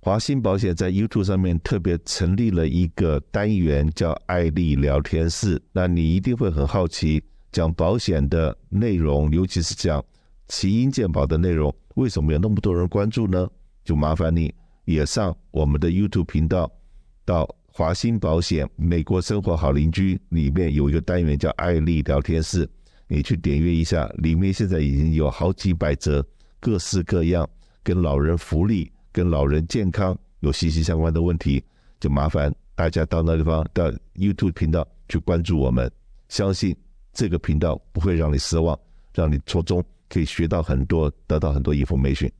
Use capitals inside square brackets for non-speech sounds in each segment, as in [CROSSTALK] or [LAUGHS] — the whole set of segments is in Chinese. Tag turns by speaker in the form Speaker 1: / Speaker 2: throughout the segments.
Speaker 1: 华鑫保险在 YouTube 上面特别成立了一个单元，叫“艾丽聊天室”。那你一定会很好奇，讲保险的内容，尤其是讲奇因健保的内容，为什么有那么多人关注呢？就麻烦你也上我们的 YouTube 频道，到华鑫保险“美国生活好邻居”里面有一个单元叫“艾丽聊天室”，你去点阅一下，里面现在已经有好几百则，各式各样跟老人福利。跟老人健康有息息相关的问题，就麻烦大家到那地方到 YouTube 频道去关注我们，相信这个频道不会让你失望，让你从中可以学到很多，得到很多 information。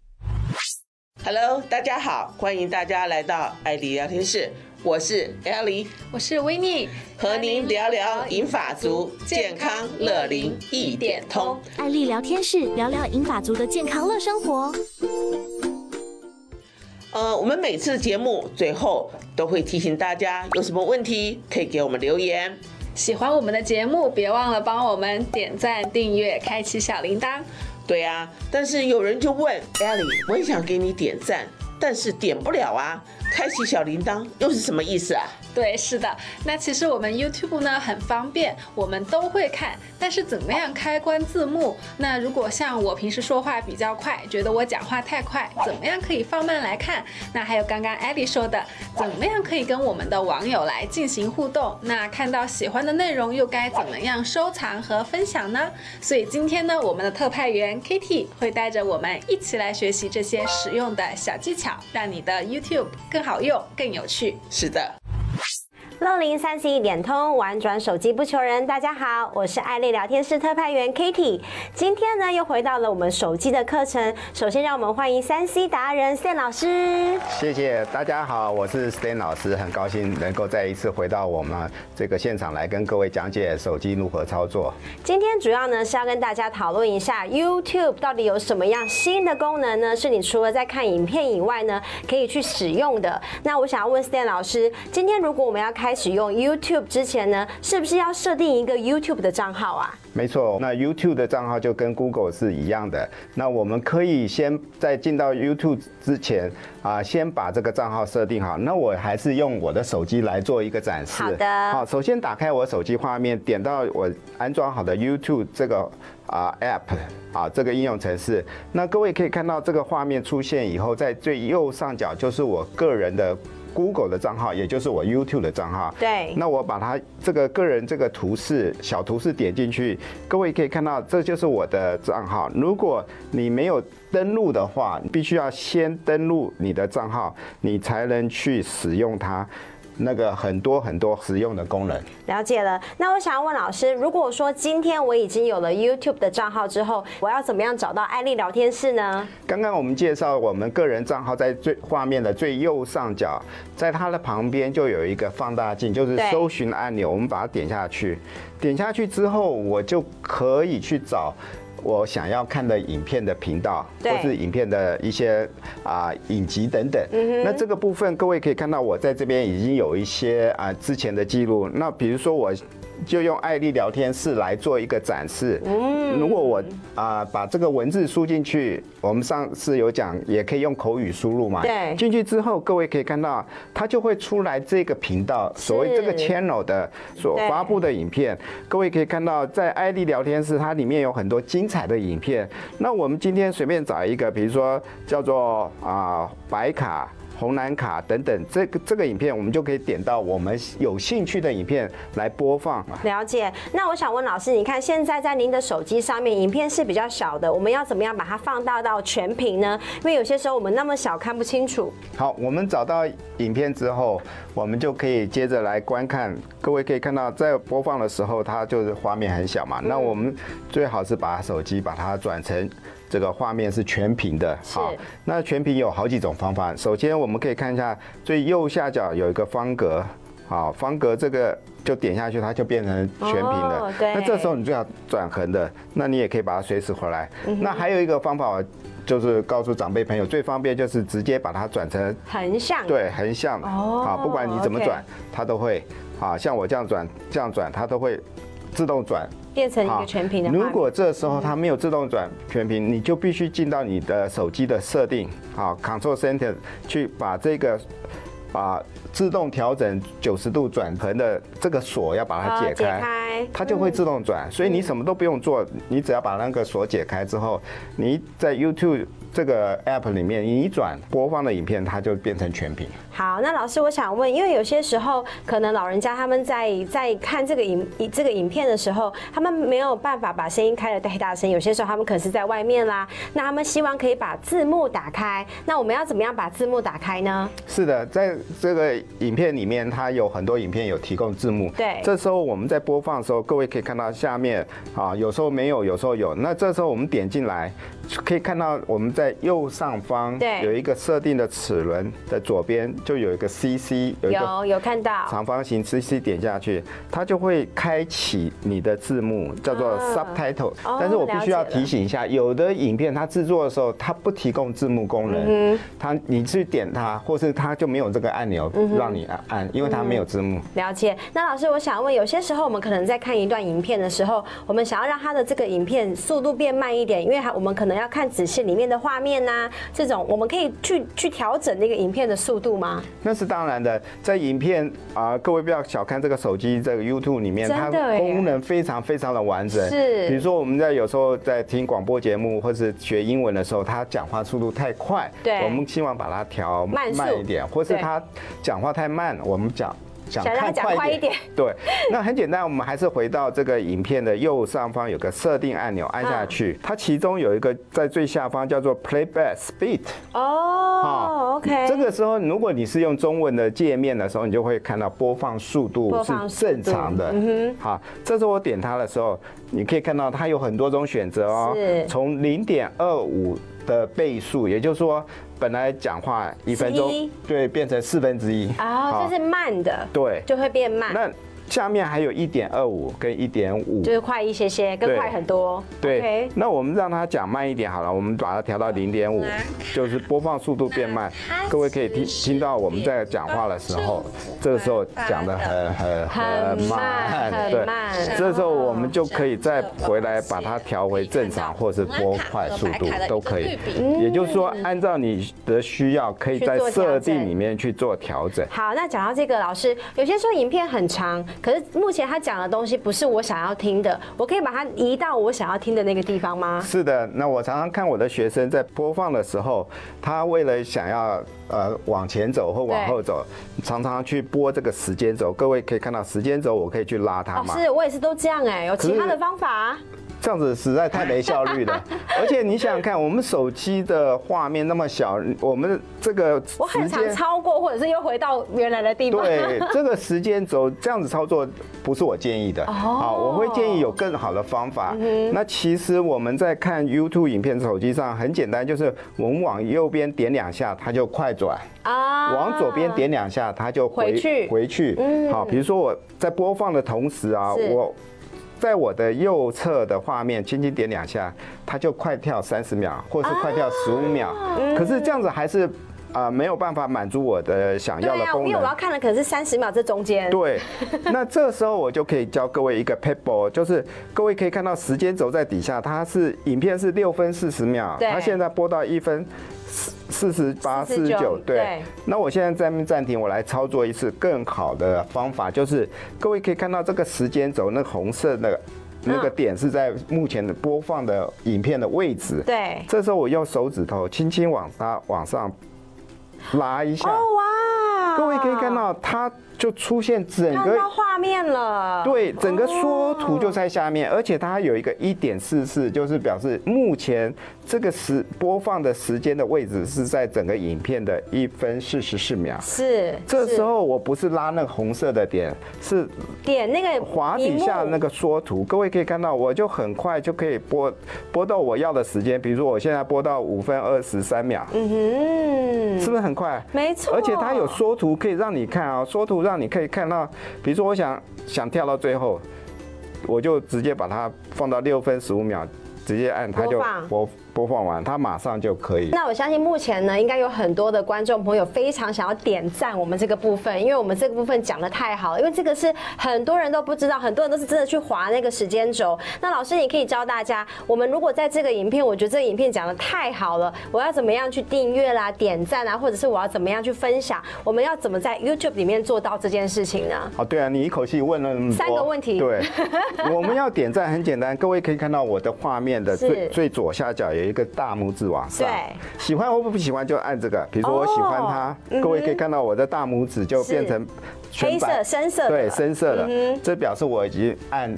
Speaker 2: Hello，大家好，欢迎大家来到艾迪聊天室，我是艾莉，
Speaker 3: 我是维尼，
Speaker 2: 和您聊聊银发族健康乐龄一点通。
Speaker 4: 艾丽聊天室聊聊银发族的健康乐生活。
Speaker 2: 呃，我们每次节目最后都会提醒大家，有什么问题可以给我们留言。
Speaker 3: 喜欢我们的节目，别忘了帮我们点赞、订阅、开启小铃铛。
Speaker 2: 对啊，但是有人就问 Ellie，我也想给你点赞，但是点不了啊。开启小铃铛又是什么意思啊？
Speaker 3: 对，是的。那其实我们 YouTube 呢很方便，我们都会看，但是怎么样开关字幕？那如果像我平时说话比较快，觉得我讲话太快，怎么样可以放慢来看？那还有刚刚艾莉说的，怎么样可以跟我们的网友来进行互动？那看到喜欢的内容又该怎么样收藏和分享呢？所以今天呢，我们的特派员 Kitty 会带着我们一起来学习这些实用的小技巧，让你的 YouTube 更好用、更有趣。
Speaker 2: 是的，
Speaker 5: 乐龄三十一点通，玩转手机不求人。大家好，我是爱丽聊天室特派员 Kitty。今天呢，又回到了我们手机的课程。首先，让我们欢迎三 C 达人 Stan 老师。
Speaker 6: 谢谢大家好，我是 Stan 老师，很高兴能够再一次回到我们这个现场来跟各位讲解手机如何操作。
Speaker 5: 今天主要呢是要跟大家讨论一下 YouTube 到底有什么样新的功能呢？是你除了在看影片以外呢，可以去使用的。那我想要问 Stan 老师，今天如果我们要开始用 YouTube 之前呢，是不是要设定一个 YouTube 的账号啊？
Speaker 6: 没错，那 YouTube 的账号就跟 Google 是一样的。那我们可以先在进到 YouTube 之前啊、先把这个账号设定好。那我还是用我的手机来做一个展示。
Speaker 5: 好的
Speaker 6: 好，首先打开我手机画面，点到我安装好的 YouTube 这个啊、App 啊这个应用程式。那各位可以看到这个画面出现以后，在最右上角就是我个人的 Google 的账号，也就是我 YouTube 的账号。
Speaker 5: 对
Speaker 6: 那我把它这个个人这个图示小图示点进去，各位可以看到，这就是我的账号。如果你没有登录的话，你必须要先登录你的账号，你才能去使用它。那个很多很多实用的功能，
Speaker 5: 了解了。那我想要问老师，如果说今天我已经有了 YouTube 的账号之后，我要怎么样找到艾丽聊天室呢？
Speaker 6: 刚刚我们介绍我们个人账号在最画面的最右上角，在它的旁边就有一个放大镜，就是
Speaker 5: 对
Speaker 6: 搜寻按钮，我们把它点下去。点下去之后，我就可以去找我想要看的影片的频道，或
Speaker 5: 对
Speaker 6: 是影片的一些啊、影集等等。
Speaker 5: 嗯
Speaker 6: 那这个部分，各位可以看到，我在这边已经有一些啊、之前的记录。那比如说我。就用爱丽聊天室来做一个展示。嗯，如果我啊、把这个文字输进去，我们上次有讲，也可以用口语输入嘛。
Speaker 5: 对
Speaker 6: 进去之后，各位可以看到，它就会出来这个频道，所谓这个
Speaker 5: 是
Speaker 6: channel 的所
Speaker 5: 对
Speaker 6: 发布的影片，各位可以看到，在艾丽聊天室它里面有很多精彩的影片。那我们今天随便找一个，比如说叫做啊、白卡。红蓝卡等等，这个这个影片我们就可以点到我们有兴趣的影片来播放。
Speaker 5: 了解。那我想问老师，你看现在在您的手机上面，影片是比较小的，我们要怎么样把它放大到全屏呢？因为有些时候我们那么小看不清楚。
Speaker 6: 好，我们找到影片之后，我们就可以接着来观看。各位可以看到，在播放的时候，它就是画面很小嘛。那我们最好是把手机把它转成这个画面是全屏的。好，那全屏有好几种方法。首先，我们可以看一下最右下角有一个方格，好，方格这个就点下去，它就变成全屏的。
Speaker 5: 哦对
Speaker 6: 那这时候你最好转横的，那你也可以把它随时回来。
Speaker 5: 嗯
Speaker 6: 那还有一个方法。就是告诉长辈朋友最方便，就是直接把它转成
Speaker 5: 横向，
Speaker 6: 对，横向的，
Speaker 5: 哦
Speaker 6: 啊，不管你怎么
Speaker 5: OK
Speaker 6: 转，它都会，啊，像我这样转，这样转，它都会自动转
Speaker 5: 变成一
Speaker 6: 好
Speaker 5: 个全屏的画面。
Speaker 6: 如果这时候它没有自动转全屏，你就必须进到你的手机的设定，好，Control Center 去把这个把自动调整九十度转盘的这个锁要把它
Speaker 5: 啊
Speaker 6: 解
Speaker 5: 解
Speaker 6: 开。
Speaker 5: 开，
Speaker 6: 它就会自动转，所以你什么都不用做，你只要把那个锁解开之后，你在 YouTube 这个 App 里面你一转播放的影片，它就变成全屏。
Speaker 5: 好，那老师，我想问，因为有些时候可能老人家他们在在看这个影这个影片的时候，他们没有办法把声音开的太大声，有些时候他们可能是在外面啦，那他们希望可以把字幕打开，那我们要怎么样把字幕打开呢？
Speaker 6: 是的，在这个影片里面，它有很多影片有提供字幕。
Speaker 5: 对
Speaker 6: 这时候我们在播放的时候，各位可以看到下面啊，有时候没有，有时候有。那这时候我们点进来，可以看到我们在右上方
Speaker 5: 对
Speaker 6: 有一个设定的齿轮的左边就有一个 CC，有一个
Speaker 5: 有有看到，
Speaker 6: 长方形 CC 点下去，它就会开启你的字幕，叫做
Speaker 5: 啊
Speaker 6: subtitle、
Speaker 5: 哦
Speaker 6: 但是我必须要
Speaker 5: 了解了
Speaker 6: 提醒一下，有的影片它制作的时候，它不提供字幕功
Speaker 5: 嗯
Speaker 6: 能，它你去点它，或是它就没有这个按钮
Speaker 5: 嗯
Speaker 6: 让你按按，因为它没有字幕。
Speaker 5: 了解。那老师，我想问，有些时候我们可能在看一段影片的时候，我们想要让它的这个影片速度变慢一点，因为它我们可能要看仔细里面的画面呐、这种我们可以去去调整那个影片的速度吗？
Speaker 6: 那是当然的，在影片啊、各位不要小看这个手机这个 YouTube 里面，
Speaker 5: 真
Speaker 6: 它
Speaker 5: 的耶
Speaker 6: 功能非常非常的完整。
Speaker 5: 是
Speaker 6: 比如说我们在有时候在听广播节目或是学英文的时候，他讲话速度太快，
Speaker 5: 对
Speaker 6: 我们希望把它调
Speaker 5: 慢速
Speaker 6: 慢一点，或是
Speaker 5: 对
Speaker 6: 他讲话太慢，我们讲。想
Speaker 5: 想让他
Speaker 6: 看
Speaker 5: 讲
Speaker 6: 快
Speaker 5: 快一点，
Speaker 6: 对，那很简单，我们还是回到这个影片的右上方有个设定按钮，按下
Speaker 5: 嗯
Speaker 6: 去，它其中有一个在最下方叫做 Playback Speed，
Speaker 5: 哦、o k
Speaker 6: 这个时候，如果你是用中文的界面的时候，你就会看到播放速度
Speaker 5: 播
Speaker 6: 是
Speaker 5: 放速度嗯
Speaker 6: 正常的。好，这时候我点它的时候，你可以看到它有很多种选择哦
Speaker 5: 是，
Speaker 6: 从零点二五的倍数，也就是说，本来讲话一分钟
Speaker 5: 11，
Speaker 6: 对，变成四分之一。
Speaker 5: 啊，
Speaker 6: 好
Speaker 5: 这是慢的，
Speaker 6: 对
Speaker 5: 就会变慢，
Speaker 6: 那下面还有一点二五跟一点五
Speaker 5: 就。是快一些些，更
Speaker 6: 对
Speaker 5: 快很多。
Speaker 6: 对
Speaker 5: OK，
Speaker 6: 那我们让它讲慢一点好了，我们把它调到零点五，就是播放速度变慢。各位可以听听到我们在讲话的时候，这个时候讲的很很
Speaker 5: 很慢很
Speaker 6: 对
Speaker 5: 慢，
Speaker 6: 这时候我们就可以再回来把它调回正常，或是播快速度都可以。也就是说，按照你的需要，可以在设定里面去做调整。
Speaker 5: 好，那讲到这个，老师，有些时候影片很长，可是目前他讲的东西不是我想要听的，我可以把它移到我想要听的那个地方吗？
Speaker 6: 是的，那我常常看我的学生在播放的时候，他为了想要呃往前走或往后走，常常去拨这个时间轴。各位可以看到时间轴，我可以去拉它
Speaker 5: 老
Speaker 6: 啊嘛。
Speaker 5: 师，我也哦是都这样哎、有其
Speaker 6: 可
Speaker 5: 他
Speaker 6: 是
Speaker 5: 的方法？
Speaker 6: 这样子实在太没效率
Speaker 5: [LAUGHS]
Speaker 6: 了。而且你想想看，我们手机的画面那么小，我们这个
Speaker 5: 我很
Speaker 6: 时
Speaker 5: 常
Speaker 6: 间。
Speaker 5: 超过，或者是又回到原来 [LAUGHS] 的地方。
Speaker 6: 对这个时间轴这样子操作不是我建议
Speaker 5: 哦
Speaker 6: 的，好，我会建议有更好的方法。
Speaker 5: 嗯
Speaker 6: 那其实我们在看 YouTube 影片，手机上很简单，就是我们往右边点两下，它就快转；
Speaker 5: 啊
Speaker 6: 往左边点两下，它就回
Speaker 5: 回去嗯
Speaker 6: 回去。好，比如说我在播放的同时啊，
Speaker 5: 是
Speaker 6: 我。在我的右侧的画面，轻轻点两下，它就快跳三十秒，或是快跳
Speaker 5: 啊
Speaker 6: 十五秒。
Speaker 5: 嗯
Speaker 6: 可是这样子还是啊、呃没有办法满足我的想
Speaker 5: 对
Speaker 6: 要的
Speaker 5: 啊，
Speaker 6: 功能。
Speaker 5: 因为我要看的可能是三十秒这中间。
Speaker 6: 对，那这时候我就可以教各位一个 paper，就是各位可以看到时间轴在底下，它是影片是六分四十秒，
Speaker 5: 对
Speaker 6: 它现在播到一分四十八、四十九
Speaker 5: 49，对
Speaker 6: 对。那我现在在那边暂停，我来操作一次更好的方法，就是各位可以看到这个时间轴，那个红色的那个
Speaker 5: 嗯
Speaker 6: 点是在目前的播放的影片的位置。
Speaker 5: 对
Speaker 6: 这时候我用手指头轻轻往它往上拉一下。
Speaker 5: 哦哇！
Speaker 6: 各位可以看到，它就出现整
Speaker 5: 啊看
Speaker 6: 个
Speaker 5: 到画面了。
Speaker 6: 对整个缩图就在下
Speaker 5: 哦
Speaker 6: 面，而且它有一个一点四四，就是表示目前这个时播放的时间的位置是在整个影片的一分四十四秒。
Speaker 5: 是。
Speaker 6: 这
Speaker 5: 是
Speaker 6: 时候我不是拉那个红色的点，是
Speaker 5: 点那个
Speaker 6: 滑底下
Speaker 5: 荧幕
Speaker 6: 那个缩图，各位可以看到，我就很快就可以播播到我要的时间，比如说我现在播到五分二十三秒，
Speaker 5: 嗯
Speaker 6: 是不是很快？
Speaker 5: 没错，
Speaker 6: 而且它有缩图可以让你看啊、缩图让你可以看到，比如说我想想跳到最后，我就直接把它放到六分十五秒，直接按它就
Speaker 5: 播放
Speaker 6: 播播放完，它马上就可以。
Speaker 5: 那我相信目前呢，应该有很多的观众朋友非常想要点赞啊我们这个部分，因为我们这个部分讲的太好了，因为这个是很多人都不知道，很多人都是真的去划那个时间轴。那老师，你可以教大家，我们如果在这个影片，我觉得这个影片讲的太好了，我要怎么样去订阅啦、点赞啊，或者是我要怎么样去分享，我们要怎么在 YouTube 里面做到这件事情呢？
Speaker 6: 哦，对啊，你一口气问了那么多
Speaker 5: 三个问题 [LAUGHS]
Speaker 6: 对，我们要点赞很简单，各位可以看到我的画面的
Speaker 5: 是
Speaker 6: 最最左下角有一个大拇指往上。
Speaker 5: 对，哦
Speaker 6: 喜欢或不喜欢就按这个。比如说我喜欢它，各位可以看到我的大拇指就是变成
Speaker 5: 嗯黑
Speaker 6: 全白
Speaker 5: 色、深色的，
Speaker 6: 对，深色的，
Speaker 5: 嗯哼
Speaker 6: 这表示我已经按。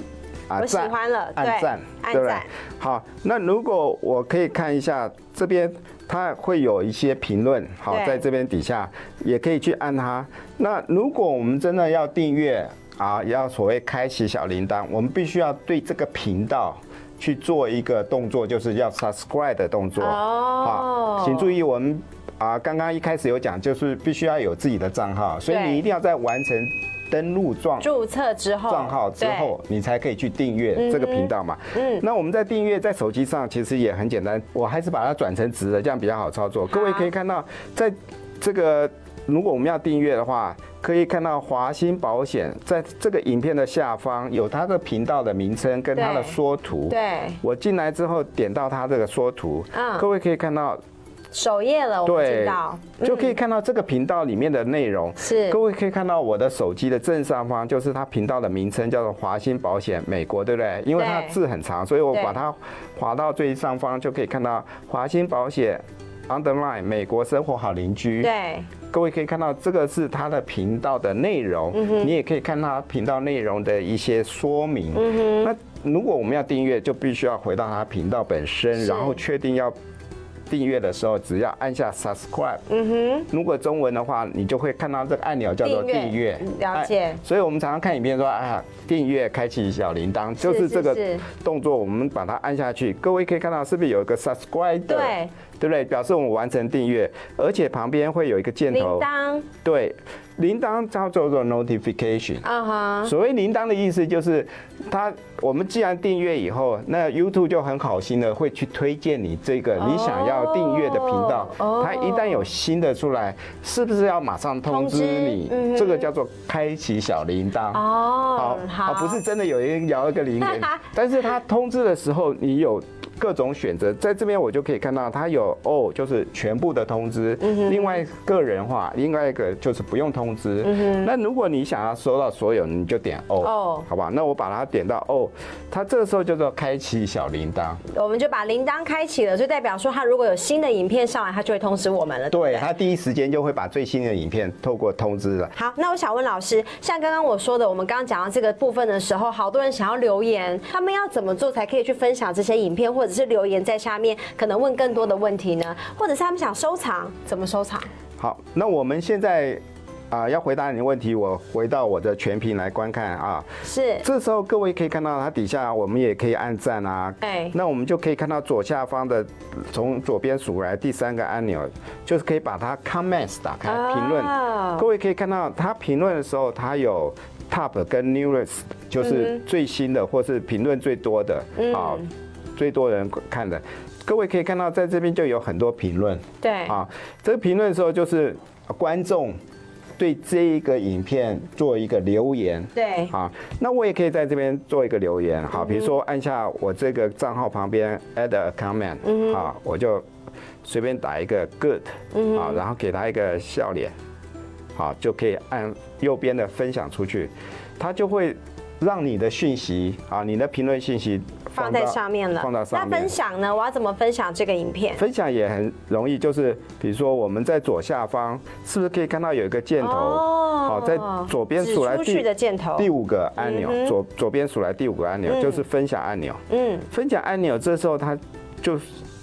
Speaker 6: 啊
Speaker 5: 我喜
Speaker 6: 赞
Speaker 5: 欢了对
Speaker 6: 按赞，
Speaker 5: 按
Speaker 6: 对不对
Speaker 5: 赞？
Speaker 6: 好，那如果我可以看一下这边，它会有一些评论，好，
Speaker 5: 对
Speaker 6: 在这边底下也可以去按它。那如果我们真的要订阅啊，要所谓开启小铃铛，我们必须要对这个频道去做一个动作，就是要 subscribe 的动作。
Speaker 5: 哦
Speaker 6: 好，请注意我们。啊，刚刚一开始有讲，就是必须要有自己的账号，所以
Speaker 5: 对
Speaker 6: 你一定要在完成登录状
Speaker 5: 注册之后，
Speaker 6: 账号之
Speaker 5: 对
Speaker 6: 后，你才可以去订阅这个频道嘛。
Speaker 5: 嗯
Speaker 6: 那我们在订阅在手机上其实也很简单，我还是把它转成直的，这样比较好操
Speaker 5: 啊
Speaker 6: 作。各位可以看到，在这个如果我们要订阅的话。可以看到华鑫保险在这个影片的下方有它的频道的名称跟它的
Speaker 5: 对
Speaker 6: 缩图。
Speaker 5: 对
Speaker 6: 我进来之后点到它这个缩图，
Speaker 5: 嗯
Speaker 6: 各位可以看到
Speaker 5: 首页哦了，我不知
Speaker 6: 对
Speaker 5: 道，，嗯
Speaker 6: 就可以看到这个频道里面的内容。
Speaker 5: 是
Speaker 6: 各位可以看到我的手机的正上方，就是它频道的名称叫做华鑫保险美国，对不对？因为它
Speaker 5: 对
Speaker 6: 字很长，所以我
Speaker 5: 对
Speaker 6: 把它滑到最上方，就可以看到华鑫保险 Underline 美国生活好邻居。。
Speaker 5: 对，
Speaker 6: 各位可以看到，这个是它的频道的内容，
Speaker 5: 嗯
Speaker 6: 你也可以看它频道内容的一些说明。
Speaker 5: 嗯
Speaker 6: 那如果我们要订阅，就必须要回到它频道本身，然后确定要订阅的时候，只要按下 subscribe。
Speaker 5: 嗯
Speaker 6: 如果中文的话，你就会看到这个按钮叫做
Speaker 5: 订
Speaker 6: 订
Speaker 5: 阅
Speaker 6: 阅。
Speaker 5: 了
Speaker 6: 哎
Speaker 5: 解
Speaker 6: 所以我们常常看影片说啊，订阅开启小铃铛，就是是这个
Speaker 5: 是
Speaker 6: 动作，我们把它按下去。各位可以看到，是不是有一个 subscribe？
Speaker 5: 对，
Speaker 6: 对不对？表示我们完成订阅，而且旁边会有一个
Speaker 5: 哼，
Speaker 6: 箭
Speaker 5: 铃
Speaker 6: 头，
Speaker 5: 铛，
Speaker 6: 对，铃铛叫做 notification。
Speaker 5: 啊哈，
Speaker 6: 所谓铃铛的意思就是，它我们既然订阅以后，那 YouTube 就很好心的会去推荐你这个你想要订阅的频道。
Speaker 5: 哦
Speaker 6: 它一旦有新的出来，是不是要马上通知
Speaker 5: 通知
Speaker 6: 你？
Speaker 5: 嗯哼
Speaker 6: 这个叫做开启小铃铛。
Speaker 5: 哦，好，
Speaker 6: 啊不是真的有人摇一个铃
Speaker 5: [LAUGHS]
Speaker 6: 但是它通知的时候，你有各种选择，在这边我就可以看到，它有哦，就是全部的通知，
Speaker 5: 嗯
Speaker 6: 另外个人化，另外一个就是不用通知。
Speaker 5: 嗯
Speaker 6: 那如果你想要收到所有，你就点哦，
Speaker 5: 哦
Speaker 6: 好吧？那我把它点到哦，它这个时候叫做开启小铃铛，
Speaker 5: 我们就把铃铛开启了，就代表说它如果有新的影片上来，它就会通知我们了。不
Speaker 6: 对，它第一时间就会把最新的影片透过通知了。
Speaker 5: 好，那我想问老师，像刚刚我说的，我们刚刚讲到这个部分的时候，好多人想要留言，他们要怎么做才可以去分享这些影片，或者是留言在下面，可能问更多的问题呢？或者是他们想收藏，怎么收藏？
Speaker 6: 好，那我们现在。啊、要回答你的问题，我回到我的全屏来观看啊。
Speaker 5: 是，
Speaker 6: 这时候各位可以看到，它底下我们也可以按赞啊。
Speaker 5: 哎
Speaker 6: 那我们就可以看到左下方的，从左边数来第三个按钮，就是可以把它 comments 打开
Speaker 5: 哦
Speaker 6: 评论。各位可以看到，它评论的时候，它有 top 跟 newest，就是最新的或是评论最多的
Speaker 5: 嗯
Speaker 6: 啊，最多人看的。各位可以看到，在这边就有很多评论。
Speaker 5: 对，
Speaker 6: 啊，这个评论的时候就是观众对这一个影片做一个留言。
Speaker 5: 对
Speaker 6: 啊，那我也可以在这边做一个留言，好，比如说
Speaker 5: 嗯
Speaker 6: 按下我这个账号旁边 add a comment，好，
Speaker 5: 嗯
Speaker 6: 我就随便打一个 good，好，
Speaker 5: 嗯
Speaker 6: 然后给他一个笑脸，好，就可以按右边的分享出去，它就会让你的讯息啊，你的评论信息
Speaker 5: 放
Speaker 6: 到
Speaker 5: 在上面了。
Speaker 6: 放到上面。
Speaker 5: 那分享呢？我要怎么分享这个影片？
Speaker 6: 分享也很容易，就是比如说我们在左下方是不是可以看到有一个箭头？
Speaker 5: 哦
Speaker 6: 好，在左边数来
Speaker 5: 指出去的箭头
Speaker 6: 第五个按钮，左左边数来第五个按钮、就是分享按钮。
Speaker 5: 嗯，
Speaker 6: 分享按钮这时候它就。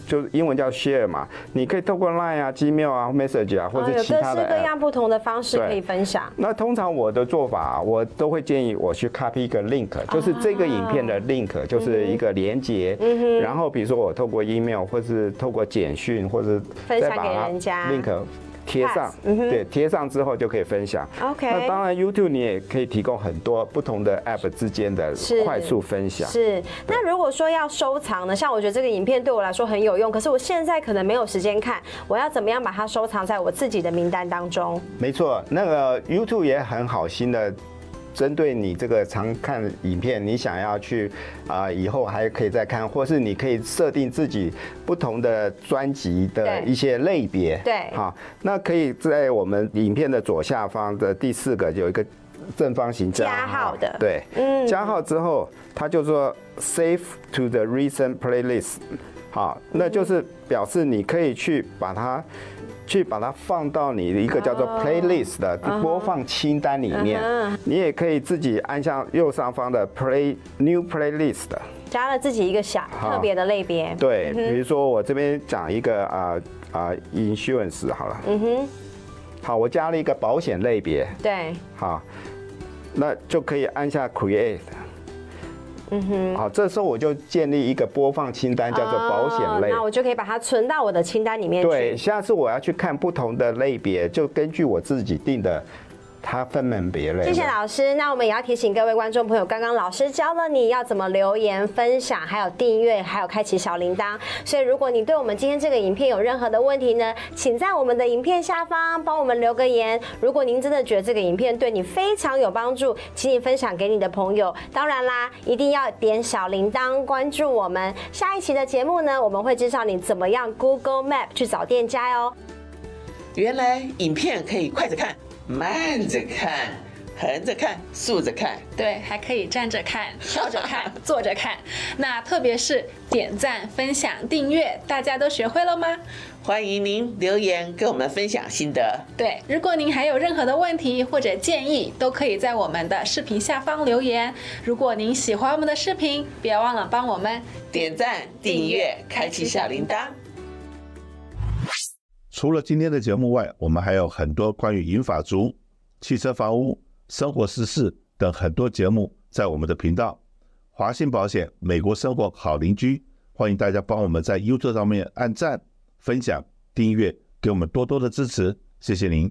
Speaker 6: 就是英文叫 share 嘛，你可以透过 Line 啊、Gmail 啊、Message 啊，或
Speaker 5: 哦
Speaker 6: 者
Speaker 5: 有
Speaker 6: 其
Speaker 5: 各
Speaker 6: 他
Speaker 5: 式
Speaker 6: 的
Speaker 5: 各
Speaker 6: app
Speaker 5: 样不同的方式
Speaker 6: 对
Speaker 5: 可以分享。
Speaker 6: 那通常我的做法，啊我都会建议我去 copy 一个 link，就是
Speaker 5: 啊
Speaker 6: 这个影片的 link，就是一个连接。
Speaker 5: 嗯
Speaker 6: 然后比如说我透过 email 或是透过简讯，或是
Speaker 5: 分享
Speaker 6: 再把
Speaker 5: 给
Speaker 6: 它
Speaker 5: 人家
Speaker 6: link 贴上
Speaker 5: Pass，嗯哼
Speaker 6: 对，贴上之后就可以分享。
Speaker 5: OK
Speaker 6: 那当然 YouTube 你也可以提供很多不同的 App 之间的
Speaker 5: 是
Speaker 6: 快速分享。
Speaker 5: 是，那如果说要收藏呢，像我觉得这个影片对我来说很有用，可是我现在可能没有时间看，我要怎么样把它收藏在我自己的名单当中？
Speaker 6: 没错，那个 YouTube 也很好心的。针对你这个常看影片，你想要去啊、以后还可以再看，或是你可以设定自己不同的专辑的
Speaker 5: 对
Speaker 6: 一些类别。
Speaker 5: 对
Speaker 6: 好，那可以在我们影片的左下方的第四个有一个正方形
Speaker 5: 加号的
Speaker 6: 对，
Speaker 5: 嗯
Speaker 6: 加号之后，它就说 save to the recent playlist，好，那就是表示你可以去把它。去把它放到你的一个叫做 playlist 的播放清单里面
Speaker 5: 哦嗯哼，
Speaker 6: 你也可以自己按下右上方的 play new playlist。
Speaker 5: 加了自己一个小
Speaker 6: 好
Speaker 5: 特别的类别。
Speaker 6: 对，比如说我这边讲一个啊啊 insurance 好了，
Speaker 5: 嗯哼，
Speaker 6: 好，我加了一个保险类别，
Speaker 5: 对，
Speaker 6: 好，那就可以按下 create。
Speaker 5: 嗯哼。
Speaker 6: 好，这时候我就建立一个播放清单，叫做保险类
Speaker 5: 哦。那我就可以把它存到我的清单里面去。
Speaker 6: 对，下次我要去看不同的类别，就根据我自己定的，它分门别类。
Speaker 5: 谢谢老师。那我们也要提醒各位观众朋友，刚刚老师教了你要怎么留言、分享，还有订阅，还有开启小铃铛。所以，如果你对我们今天这个影片有任何的问题呢，请在我们的影片下方帮我们留个言。如果您真的觉得这个影片对你非常有帮助，请你分享给你的朋友。当然啦，一定要点小铃铛关注我们。下一期的节目呢，我们会介绍你怎么样 Google Map 去找店家哦。
Speaker 2: 原来影片可以快着看、慢着看、横着看、竖着看。
Speaker 3: 对，还可以站着看、跳着看、坐着看。那特别是点赞、分享、订阅，大家都学会了吗？
Speaker 2: 欢迎您留言跟我们分享心得。
Speaker 3: 对，如果您还有任何的问题或者建议，都可以在我们的视频下方留言。如果您喜欢我们的视频，别忘了帮我们
Speaker 2: 点赞、订阅、开启小铃铛。
Speaker 1: 除了今天的节目外，我们还有很多关于银发族、汽车房屋、生活时事等很多节目在我们的频道。华信保险、美国生活好邻居，欢迎大家帮我们在 YouTube 上面按赞、分享、订阅，给我们多多的支持，谢谢您。